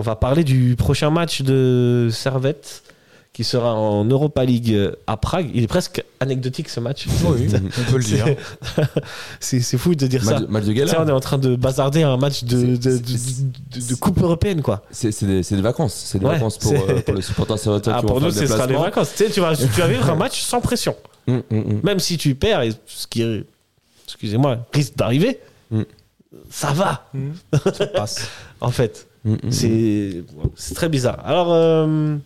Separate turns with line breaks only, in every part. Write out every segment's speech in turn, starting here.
On va parler du prochain match de Servette qui sera en Europa League à Prague. Il est presque anecdotique ce match.
Oui, on peut le dire.
C'est c'est fou de dire ça.
Match, match de
Tu sais, on est
gala.
en train de bazarder un match de, de,
C'est- c'est-
de- de Coupe européenne, quoi. Ah,
C'est c'est des, c'est des vacances. C'est des
Ouais,
vacances pour,
c'est-
euh, pour les supporters servetiens
Ah,
qui
pour
vont
nous,
faire
ce
le
sera les
déplacement.
vacances. Tu, sais, tu vas, tu vas vivre un match sans pression.
Hum, hum, hum.
Même si tu perds, et ce qui, excusez-moi, risque d'arriver,
Mm.
ça va,
Passe.
en fait.
Hum, hum, hum.
C'est c'est très bizarre. Alors, euh,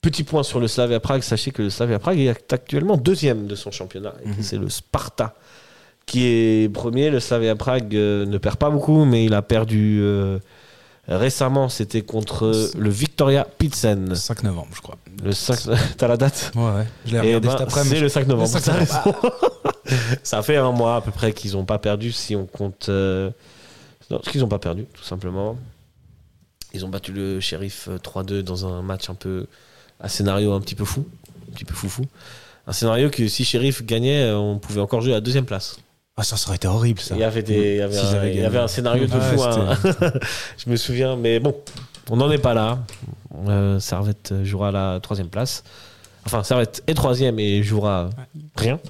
petit point sur le Slavia Prague. Sachez que le Slavia Prague est actuellement deuxième de son championnat. Et que C'est le Sparta qui est premier. Le Slavia Prague euh, ne perd pas beaucoup, mais il a perdu euh, récemment. C'était contre le Victoria Pilsen.
5 novembre, je crois.
Le 5... T'as la date
Ouais, ouais. Je l'ai
Eh
regardé
ben,
cet
c'est
après-midi.
le 5 novembre.
Le 5 novembre.
t'as raison. ça fait un mois à peu près qu'ils n'ont pas perdu si on compte. euh, Non, qu'ils n'ont pas perdu, tout simplement. Ils ont battu le shérif euh, 3-2 dans un match un peu. à scénario un petit peu fou. Un petit peu foufou. Un scénario que si shérif gagnait, euh, on pouvait encore jouer à la deuxième place.
Ah, ça aurait été horrible, ça.
Il y avait, des, il y avait,
S'ils
un,
avaient
il y
gagné.
avait un scénario de
Ouais,
fou.
c'était-
hein. Je me souviens, mais bon, on n'en est pas là. Euh, Servette jouera la troisième place. Enfin, Servette est troisième et jouera rien.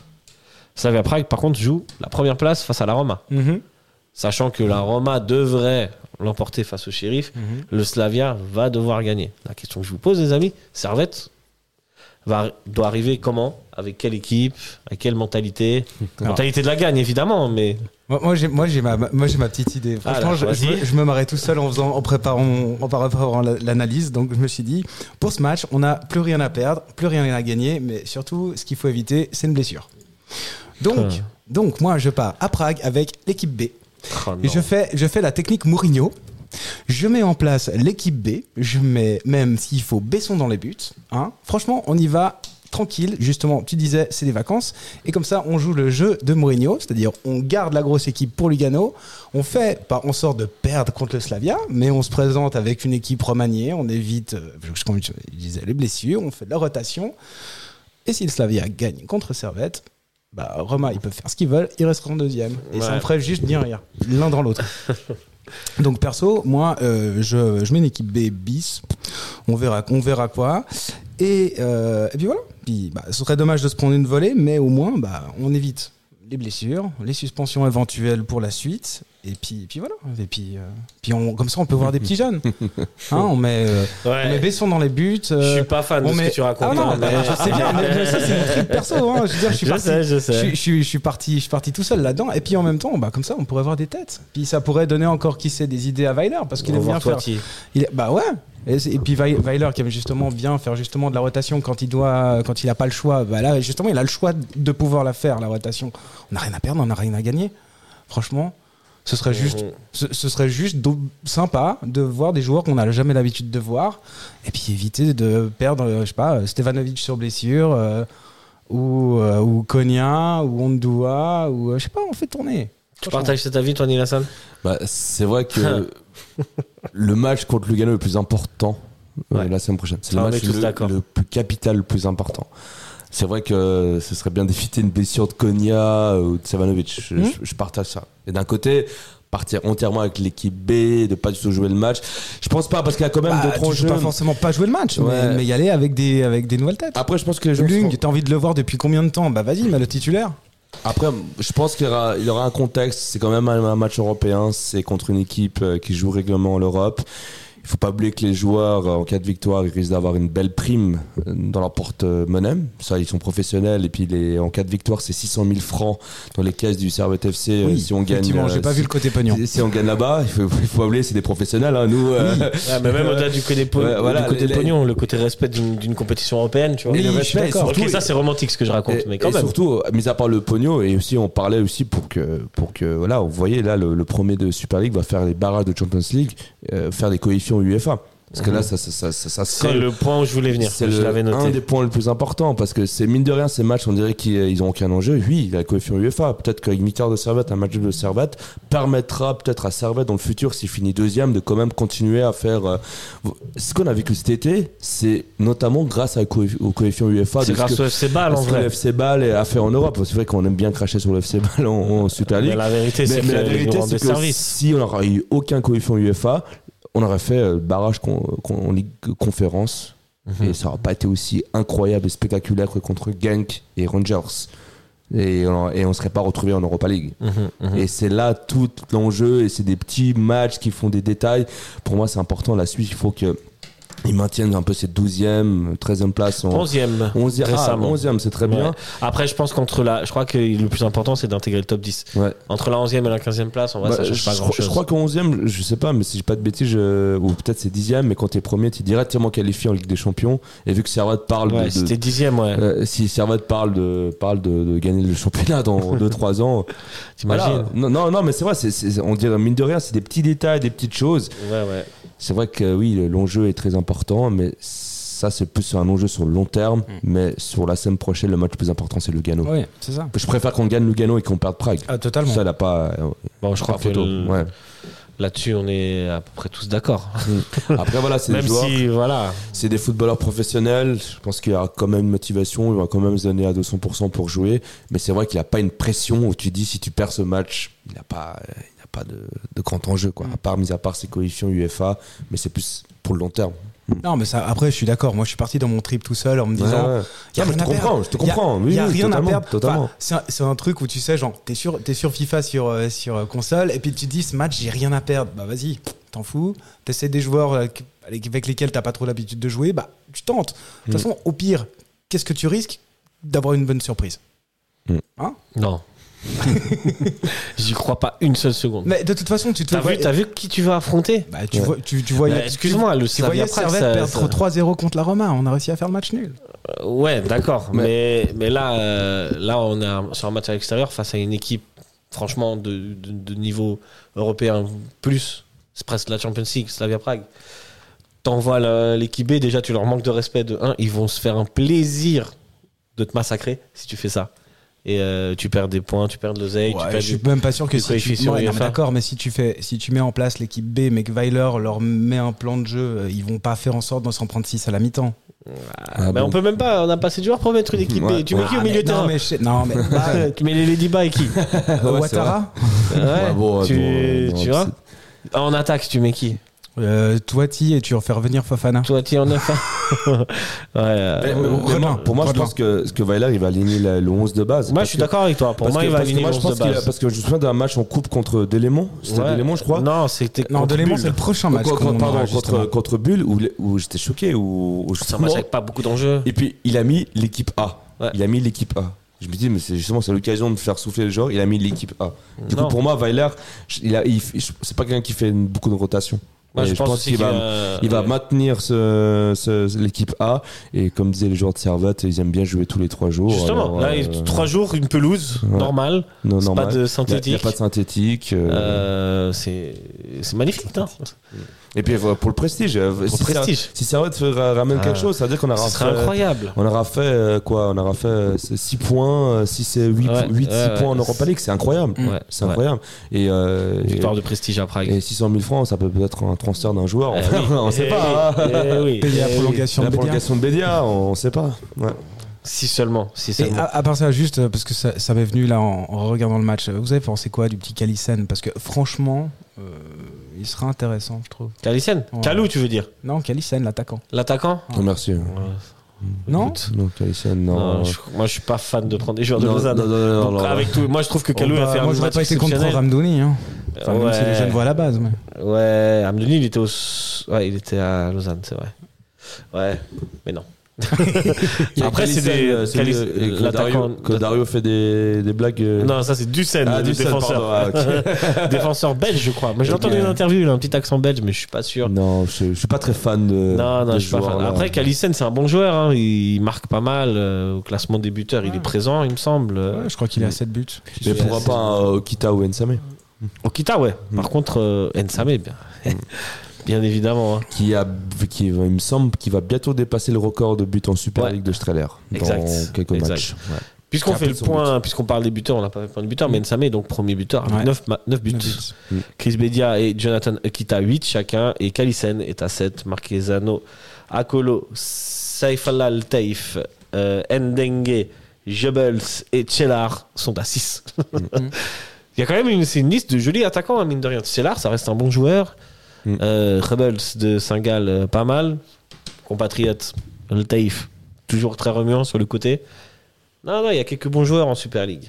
Slavia Prague, par contre, joue la première place face à la Roma.
Mhm.
Sachant que la Roma devrait l'emporter face au shérif,
Mhm.
le Slavia va devoir gagner. La question que je vous pose, les amis, Servette va, doit arriver comment Avec quelle équipe Avec quelle mentalité
Alors-
Mentalité de la gagne, évidemment, mais
Moi, moi, j'ai, moi, j'ai ma, moi, j'ai ma petite idée.
Ah,
Franchement,
là,
je, je
vas-y.
me- je me marrais tout seul en, faisant, en, préparant, en préparant la- l'analyse. Donc, je me suis dit, pour ce match, on n'a plus rien à perdre, plus rien à gagner, mais surtout, ce qu'il faut éviter, c'est une blessure. Donc,
Ah.
donc, moi, je pars à Prague avec l'équipe B.
Oh
Et
non.
je fais, je fais la technique Mourinho. Je mets en place l'équipe B. Je mets même s'il faut Besson dans les buts. hein. Franchement, on y va tranquille. Justement, tu disais c'est des vacances. Et comme ça, on joue le jeu de Mourinho. C'est-à-dire, on garde la grosse équipe pour Lugano. On fait, pas, on sort de perdre contre le Slavia, mais on se présente avec une équipe remaniée. On évite, euh, je, comme je disais, les blessures. On fait de la rotation. Et si le Slavia gagne contre Servette, bah, Roma, ils peuvent faire ce qu'ils veulent, ils resteront deuxième. Et ça
Ouais.
me ferait juste dire rien, l'un dans l'autre. Donc perso, moi, euh, je, je mets une équipe B bis, on verra, on verra quoi. Et, euh, et puis voilà, puis, bah, ce serait dommage de se prendre une volée, mais au moins, bah, on évite les blessures, les suspensions éventuelles pour la suite, et puis, et puis voilà. Et puis, euh, puis on, comme ça, on peut voir des petits jeunes. Hein, on met, euh,
Ouais.
on met Besson dans les buts.
Je
euh,
suis pas fan de
on
ce
met-
que tu racontes.
Ah non,
hein,
mais
mais-
je sais bien, mais, mais ça, c'est mon truc perso. hein. Je veux dire, je suis
Je
parti.
sais, je sais.
je suis- je suis- je suis parti, je suis parti tout seul là-dedans. Et puis en même temps, bah, comme ça, on pourrait avoir des têtes. Puis ça pourrait donner encore, qui sait, des idées à Weiler. Parce qu'il
On
aime
va
bien
voir toi,
faire.
Thi.
il est- bah ouais. Et, c'est- et puis Wei- Weiler qui aime justement bien faire justement de la rotation quand il doit, quand il n'a pas le choix. Bah là, justement, il a le choix de pouvoir la faire, la rotation. On n'a rien à perdre, on n'a rien à gagner. Franchement, ce serait Bah, juste
Mhm.
ce, ce serait juste do- sympa de voir des joueurs qu'on n'a jamais l'habitude de voir et puis éviter de perdre, euh, je sais pas, euh, Stevanovic sur blessure euh, ou, euh, ou Konya ou Ondua ou euh, je sais pas, on fait tourner.
Tu
Franchement.
partages cet avis, toi, Nilassan
Bah, c'est vrai que le match contre Lugano est le plus important euh,
Ouais.
la semaine prochaine. C'est
Ça,
le
on est
match
tous d'accord.
le, le plus capital, le plus important. C'est vrai que euh, ce serait bien d'éviter une blessure de Konya ou de Savanovic. Je,
Mm.
Mhm.
je- je partage ça. Et d'un côté, partir entièrement avec l'équipe B, de pas du tout jouer le match. Je pense pas parce qu'il y a quand même
Bah,
d'autres
tu peux
enjeux.
pas forcément pas jouer le match, mais-
Ouais.
mais, y aller avec des, avec des nouvelles têtes.
Après, je pense que les gens
Lung,
seront-
t'as envie de le voir depuis combien de temps Bah vas-y, mais le titulaire.
Après, je pense qu'il y aura, il y aura un contexte. C'est quand même un, un match européen. C'est contre une équipe euh, qui joue régulièrement en Europe. Il faut pas oublier que les joueurs, euh, en cas de victoire, ils risquent d'avoir une belle prime euh, dans leur porte-monnaie. Ça, ils sont professionnels. Et puis, les, en cas de victoire, c'est 600 000 francs dans les caisses du Servette FC. euh, si on gagne,
effectivement,
euh,
j'ai pas
si-
vu le côté pognon.
si, si on gagne là-bas, il faut, il faut pas oublier, c'est des professionnels. hein. Nous, euh,
mais Même au-delà du côté, po-
Ouais, voilà,
du côté
les- les-
pognon, le côté respect d'une d'une compétition européenne, tu vois.
Et le
Je suis
respect,
d'accord.
surtout,
Ok, ça, c'est romantique ce que je raconte,
et,
mais quand
et
même.
surtout, euh, mis à part le pognon, et aussi on parlait aussi pour que, pour que voilà, vous voyez là, le, le premier de Super League va faire les barrages de Champions League, euh, faire des coefficients UEFA. Parce que là, ça, ça, ça, ça, ça se
Mhm. c'est
colle.
le point où je voulais venir.
C'est
Je
le-
l'avais
un
noté.
des points les plus importants parce que c'est mine de rien ces matchs on dirait qu'ils euh, ils ont aucun enjeu. Oui, la coefficient UEFA, peut-être qu'avec une victoire de Servette, un match de Servette permettra peut-être à Servette dans le futur s'il finit deuxième de quand même continuer à faire euh, ce qu'on a vécu cet été, c'est notamment grâce à la coef- au coefficient UEFA de
C'est
ce
grâce
que-
au FC Ball, en
parce que le
Ah vrai.
FC Ball a fait en Europe. C'est vrai qu'on aime bien cracher sur le FC Ball en, en Super
Mais
League.
la vérité,
Mais,
c'est
mais
que
la
ils nous
vérité,
rendent
c'est
des
que
services.
si on n'aura eu aucun coefficient UEFA, on aurait fait euh, le barrage con- con- en Ligue Conférence.
Mhm.
Et ça n'aurait pas été aussi incroyable et spectaculaire que contre Genk et Rangers. Et on et on serait pas retrouvé en Europa League.
Mhm,
Et c'est là tout l'enjeu et c'est des petits matchs qui font des détails. Pour moi, c'est important. La Suisse, il faut que ils maintiennent un peu cette 12e, 13e place en
11e.
11e. Ah,
récemment.
11e, c'est très
Ouais.
bien.
Après, je pense qu'entre la. Je crois que le plus important, c'est d'intégrer le top 10.
Ouais.
Entre la 11e et la 15e place, en vrai,
Bah,
ça change
je,
pas
crois-
grand chose.
je crois qu'en 11e, je sais pas, mais si j'ai pas de bêtises, je- ou peut-être c'est 10e, mais quand t'es premier, t'es directement qualifié en Ligue des Champions. Et vu que Servette parle de-
Ouais,
de,
c'était 10e, ouais.
Euh, si Servette parle de parle de, de gagner le championnat dans 2-3 ans,
T'imagines
voilà. non, non, non, mais c'est vrai, c'est- c'est- on dirait mine de rien, c'est des petits détails, des petites choses.
Ouais, ouais.
C'est vrai que oui, le- l'enjeu est très important, mais ça c'est plus un enjeu sur le long terme.
Mm.
Mais sur la semaine prochaine, le match le plus important c'est Lugano.
Ouais, c'est ça.
Je préfère qu'on gagne Lugano et qu'on perde Prague.
Ah, totalement.
Ça, elle a pas. euh,
Bon, je crois
pas
que
photo.
le-
Ouais.
là-dessus, on est à peu près tous d'accord.
Après, voilà, c'est des
Même
joueurs.
si, voilà.
C'est des footballeurs professionnels. Je pense qu'il y a quand même une motivation. Il va quand même se donner à 200% pour jouer. Mais c'est vrai qu'il n'y a pas une pression où tu dis si tu perds ce match, il n'y a pas, euh, il n'y a pas de, de grand enjeu. Quoi. À part, mis à part ses coefficients UEFA. Mais c'est plus pour le long terme.
Non, mais ça, après, je suis d'accord. Moi, je suis parti dans mon trip tout seul en me disant.
Ouais, ouais.
y
Non, mais
a rien
je
à
te comprends,
perdre.
je te comprends.
Y a-
Oui,
y a
oui,
rien à
totalement,
perdre.
totalement.
Enfin, c'est, un, c'est un truc où tu sais, genre, t'es sur, t'es sur FIFA sur, euh, sur euh, console, et puis tu te dis, ce match, j'ai rien à perdre. Bah, vas-y, t'en fous. T'essaies des joueurs euh, qui- avec lesquels t'as pas trop l'habitude de jouer, bah, tu tentes. De toute
Mm.
façon, au pire, qu'est-ce que tu risques D'avoir une bonne surprise.
Non. J'y crois pas une seule seconde.
Mais de toute façon, tu te
T'as
fais-
vu, t'as vu qui tu vas affronter
Bah, tu,
Ouais.
vois, tu, tu voyais.
Bah, excuse-moi, le
tu
Slavia
voyais
Prague,
Servette
ça-
perdre
ça-
3-0 contre la Roma. On a réussi à faire le match nul.
Euh, Ouais, d'accord. Mais, mais là, euh, là, on est un- sur un match à l'extérieur face à une équipe, franchement, de, de- de niveau européen plus. C'est presque la Champions League, Slavia Prague. T'envoies la- l'équipe B, déjà, tu leur manques de respect de 1. Ils vont se faire un plaisir de te massacrer si tu fais ça. Et euh, tu perds des points, tu perds de l'oseille, tu
Ouais,
perds
je suis
du-
même pas sûr que
du
si tu
coefficient
Ouais, non, mais
UEFA.
d'accord mais si tu fais si tu mets en place l'équipe B mais que Weiler leur met un plan de jeu euh, ils vont pas faire en sorte d'en s'en prendre 6 à la mi-temps
Ah,
mais
bon.
on peut même pas, on a pas assez de joueurs pour mettre une équipe
Ouais.
B. Tu mets qui
Ah,
au milieu
mais-
de terrain
non mais, je sais- non, mais là, euh,
Tu mets les Ladybugs et qui
Ouais,
Ouattara
Ouais,
bon, ouais,
tu,
bon,
tu
bon,
vois En attaque, tu mets qui
euh, Toiti et tu refais revenir Fofana
Toi, tu es en 9 ouais, euh,
Mais- mais- mais
Redouin,
moi, pour moi, je
Redouin.
pense que, que Weiler, il va aligner la- le 11 de base.
Moi,
Parce
je suis
que-
d'accord avec toi. Pour
parce
moi,
que-
il va
parce que
aligner
moi, je
l'onze de
pense qu'il a-
base.
parce que je me souviens d'un match en coupe contre Delémont. C'était
Ouais.
Delémont, je crois.
Non, c'était.
non
contre
Delémont
Bulle.
c'est le prochain match
Contre-
Ah, qu'on aura,
pardon,
justement.
contre, contre Bulle, où, où j'étais choqué. Où, où
C'est un match
justement-
avec pas beaucoup d'enjeux.
Et puis il a mis l'équipe A.
Ouais.
Il a mis l'équipe A. Je me dis mais c'est justement c'est l'occasion de faire souffler le joueur. Il a mis l'équipe A. Du
Non.
coup pour moi Weiler, je- il a, il f- je- c'est pas quelqu'un qui fait une- beaucoup de rotation.
Moi,
Et
je, pense, aussi
qu'il
qu'il euh,
va, il va maintenir ce, ce- ce- l'équipe A. Et comme disaient les joueurs de Servette, ils aiment bien jouer tous les trois jours.
Justement,
Alors,
là,
euh,
il- trois jours, une pelouse,
Ouais.
normale.
non,
c'est
normal.
pas de
Il y a- Il n'y a,
synthétique.
pas de synthétique. euh,
Euh, c'est c'est magnifique, hein.
Et puis euh, pour le prestige, euh,
Pour
si, Servette-
prestige.
si Servette fait- ramène
Ah.
quelque chose, ça veut dire qu'on aura
Ce serait
fait-
incroyable.
On aura fait euh, quoi On aura fait 6 points, 6 et 8,
Ouais, ouais, ouais.
points en Europa League, c'est incroyable.
Ouais,
C'est
ouais.
incroyable. Et, euh, et-
Victoire de prestige à Prague.
et 600 000 francs, ça peut peut-être un transfert d'un joueur.
Eh
Enfin,
oui.
on sait
Eh
pas.
oui.
hein.
Eh oui.
payer la
Eh oui.
prolongation
La
de Bédia.
prolongation de Bédia, on on sait pas. Ouais.
Si seulement. Si
Et
seulement.
à, à part ça, juste euh, parce que ça, ça m'est venu là en, en regardant le match, euh, vous avez pensé quoi du petit Kalisen Parce que franchement, euh, il sera intéressant, je trouve.
Kalisen
Ouais.
Kalou, tu veux dire
Non, Kalisen, l'attaquant.
L'attaquant
Non, merci.
Non
Écoute,
Non, Kalisen, non.
non, je- moi, je suis pas fan de prendre des joueurs de
Non,
Lausanne.
non, non, non,
Donc,
non, non.
avec tout, moi, je trouve que Kalou
Oh,
a
bah,
fait un
moi, j'aurais
match
pas été contre
exceptionnel.
Ramdouni. Hein. Enfin, même si les jeunes voient à la base. mais-
Ouais, Hamdouni, il était au... ouais, il était à Lausanne, c'est vrai. Ouais, mais non.
Il y a
Après, c'est
Kalisen,
des-
euh, c'est
Kalis-
des- et que
l'attaquant-
Dario, que Dario fait des, des blagues. euh,
Non, ça c'est Dussen,
Ah,
le
Dussen,
défenseur.
pardon, ah,
défenseur belge, je crois. Mais j'ai
Ok.
entendu une interview, il a un petit accent belge, mais je suis pas sûr.
Non, je, je suis pas très fan de.
Non, non, je
de
suis pas fan.
joueurs-là.
Après, Kalisen, c'est un bon joueur. hein. Il marque pas mal euh, au classement des buteurs. Il est présent, il me semble.
Ouais, je crois qu'il est à 7 buts.
Euh, Mais pourquoi pas un euh, Kita ou Nsame
Okita, ouais.
Mm.
Par contre, euh, Nsame, bien, bien évidemment. hein.
qui a qui il me semble qui va bientôt dépasser le record de buts en Super
Ouais.
League de Strehler dans
Exact.
quelques
Exact.
matchs. Ouais.
Puisqu'on
Qui a
fait le
pris son
point, puisqu'on parle des buteurs, on n'a pas fait le point des buteurs, mais Nsame est donc premier buteur avec
Ouais.
9, buts. Chris Bedia et Jonathan Akita 8 chacun et Kalisen est à 7 Marquezano Akolo Saifalal Taif euh, Ndengue Jebels et Chelar sont à 6 hein, il y a quand même une, c'est une liste de jolis attaquants à mine de rien Chelar ça reste un bon joueur
Mm.
Euh, Rebels de Saint-Gall, euh, pas mal. Compatriote, le Taïf, toujours très remuant sur le côté. Non, non, il y a quelques bons joueurs en Super League.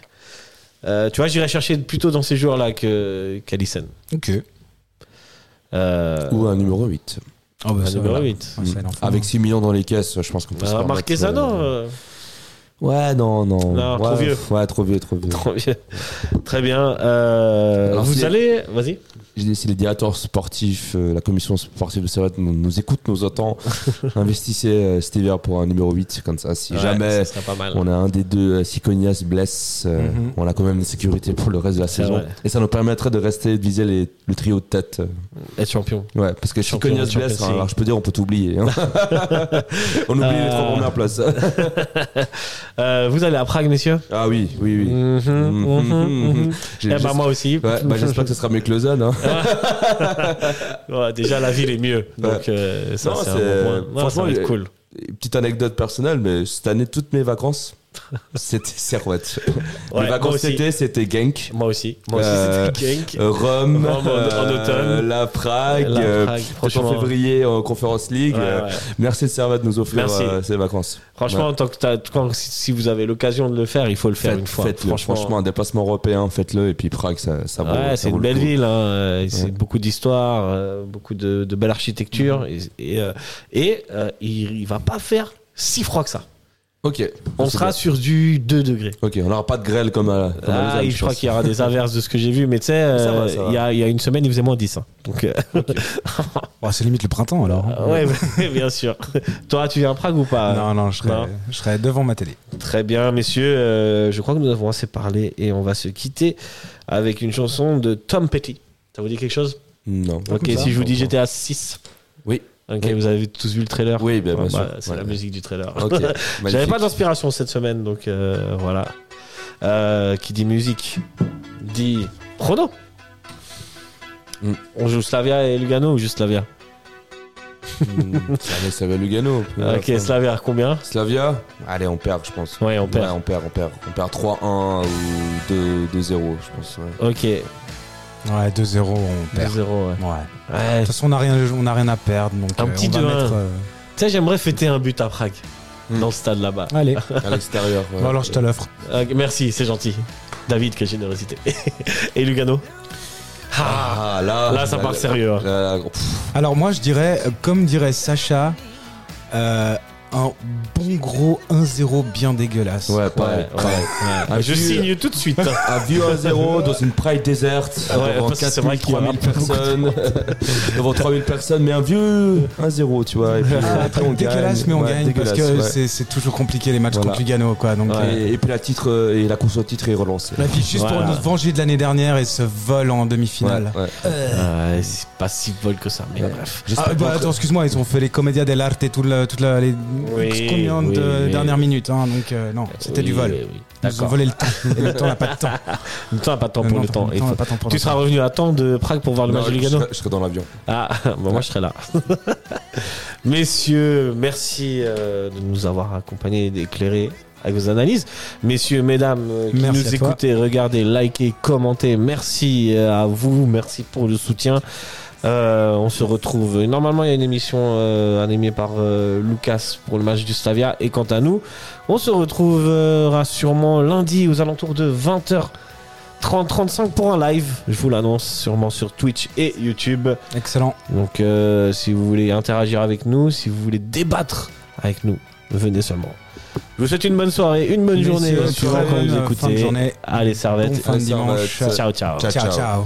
Euh, tu vois, j'irai chercher plutôt dans ces joueurs-là que qu'Alisson.
Ok. Ah,
Euh, Ah,
Ou un numéro 8.
Oh, bah,
un
ça,
numéro
voilà.
huit.
Ouais, ça, elle en fait,
Avec
hein.
6 millions dans les caisses, je pense qu'on peut se
bah,
permettre,
Marquezano,
euh,
euh,
Ouais, non, non.
Non,
ouais,
trop vieux.
Ouais, trop vieux, trop vieux.
trop bien. Très bien. Euh,
Alors,
vous
si-
allez. Vas-y.
J'ai dit, si les directeurs sportifs, euh, la commission sportive de Servette nous, nous écoute, nous entend, investissez euh, Stevia pour un numéro 8, comme ça. Si
Ouais,
jamais
ça serait pas mal.
on a un des deux, euh, si Cognas se blesse, euh,
Mhm.
on a quand même une sécurité pour le reste de la
C'est
saison.
vrai.
Et ça nous permettrait de rester, de viser les- le trio de tête. euh,
Être champion.
Ouais, parce que si
Champion,
Cognas se
champion,
blesse,
c'est-
alors je peux dire, on peut t'oublier. hein. on oublie les trois
Euh.
premières places.
Euh, vous allez à Prague, messieurs
ah oui, oui, oui.
Mhm,
Mhm,
mhm,
mhm.
mhm.
J'ai-
Eh ben, moi aussi.
Ouais, bah, J'espère que ce sera mieux que Lausanne. hein.
Ouais, déjà, la ville est mieux. Donc,
Ouais.
euh, ça,
Non,
c'est
c'est-
un bon point. Franchement,
franchement,
ça va être
il-
cool.
Et Petite anecdote personnelle, mais cette année, toutes mes vacances, c'était Servette.
Ouais,
mes
moi
vacances
aussi.
d'été, c'était Genk,
Moi aussi. Moi aussi,
Euh,
c'était Genk.
euh, Rome,
Rome en- en
euh,
automne.
la Prague,
La
euh,
Prague,
tout
franchement.
en février en Conférence League.
Ouais,
Euh,
ouais.
Merci de Servette de nous offrir
Merci.
euh, ces vacances.
Franchement,
Ouais.
tant que t'as- quand- si- si vous avez l'occasion de le faire, il faut le faire
Faites-
une fois.
faites-le. franchement, un déplacement européen, faites-le. Et puis Prague, ça, ça vaut
Ouais,
ça
c'est
vaut
une
le
belle
coup.
ville, hein, euh, c'est
Ouais.
beaucoup d'histoire, euh, beaucoup de, de belle architecture,
Mm-hmm.
et, et, euh, et, euh, il, il va pas faire si froid que ça.
Ok.
On
C'est
sera sur du 2 degrés.
bien. Ok, on n'aura pas de grêle comme à, comme à
Ah,
Lausanne,
il-
je
je crois
pense.
qu'il y aura des averses de ce que j'ai vu, mais tu sais,
Ça va,
euh,
ça va.
il y a, il y a une semaine, il faisait moins 10. hein. Donc, euh,
Oh, c'est limite le printemps alors.
Ah
hein.
ouais, mais- bien sûr. Toi, tu viens à Prague ou pas
bah,
non, non, je serais,
non.
je serais devant ma télé.
Très bien, messieurs. euh, je crois que nous avons assez parlé et on va se quitter avec une chanson de Tom Petty. Ça vous dit quelque chose
Non.
Ok,
ça.
si je vous dis
Encore.
GTA 6.
Oui.
Ok,
Oui.
vous avez tous vu le trailer
Oui, bien, bien
Bah,
sûr.
C'est
Ouais.
la musique du trailer.
Ok.
J'avais
magnifique.
pas d'inspiration cette semaine, donc euh, voilà. Euh, qui dit musique dit prono.
Mm.
On joue Slavia et Lugano ou juste Slavia
Hmm, ça va- Ça va Lugano.
Ok, Slavia, combien
Slavia Allez, on perd, je pense.
Ouais, on
Ouais,
perd.
on perd, on perd. On perd 3-1 ou 2 2-0, je pense. ouais.
Ok,
Ouais, 2-0,
Bah,
on perd.
2-0. Ouais.
Ouais. De
Ouais.
toute façon, on n'a rien, on a rien à perdre. Donc,
Un
euh,
petit
on va
2-1.
mettre, euh,
Tu sais, j'aimerais fêter un but à Prague,
Mm.
dans ce stade là-bas.
Allez,
À l'extérieur. ouais.
Oh,
bon, alors je te l'offre.
Ok, merci, c'est gentil. David, quelle générosité. et Lugano Ah,
Ah, là,
Là, ça part sérieux. hein.
là, là, pff,
Alors, moi, je dirais, euh, comme dirait Sacha, euh, un bon gros 1-0 bien dégueulasse.
ouais, pareil.
Ouais,
pareil.
ouais. Je signe tout de suite. hein.
Un vieux 1-0 dans une Pride déserte.
Ouais,
devant
parce que c'est vrai
4000,
qu'il y aura
3000 personnes. devant 3000 personnes, mais un vieux 1-0, tu vois. Et puis,
Ah,
après, on
dégueulasse, mais on
Ouais,
gagne parce que
dégueulasse, ouais.
c'est- c'est toujours compliqué les matchs
Voilà.
contre Lugano. Quoi, donc, euh,
Et, et puis la, titre, euh, et la course au titre est relancée.
la vie juste
Voilà.
pour nous venger de l'année dernière et ce vol en demi-finale.
Ouais, ouais.
Ah, c'est pas si vol que ça, mais
Ouais.
bref.
Ah, bah, attends, excuse-moi, ils ont fait les comédias dell'arte et tout le- toute la, les
Oui,
combien
oui,
de
oui.
dernières minutes. hein, donc, euh, non, c'était
Oui,
du vol.
oui, oui.
Ils ont
D'accord.
volé le temps. Et le temps n'a pas de temps.
Le temps n'a pas de temps pour
Non,
le temps.
on
Il
n'a
faut-
pas de temps pour
Tu
le
seras
temps.
revenu à temps de Prague pour voir le
Non,
match de
je
Lugano
serai- Je serai dans l'avion.
Ah, bah, moi je serai là. Messieurs, merci euh, de nous avoir accompagnés et d'éclairer avec vos analyses. Messieurs, mesdames, euh, qui
Merci à
nous
toi.
écoutez, regardez, likez, commentez. Merci euh, à vous, merci pour le soutien. Euh, on se retrouve. Normalement, il y a une émission euh, animée par euh, Lucas pour le match du Slavia. Et quant à nous, on se retrouvera sûrement lundi aux alentours de 20h. 30-35 pour un live, je vous l'annonce sûrement sur Twitch et YouTube.
Excellent.
Donc euh, si vous voulez interagir avec nous, si vous voulez débattre avec nous, venez seulement. Je vous souhaite une bonne soirée, une bonne
Messieurs,
journée, euh, suivant quand
bonne euh,
vous
fin de
écoutez.
journée.
Allez, servette.
Bon fin de
Servette.
dimanche.
Ciao, ciao.
Ciao,
ciao.
ciao.
ciao.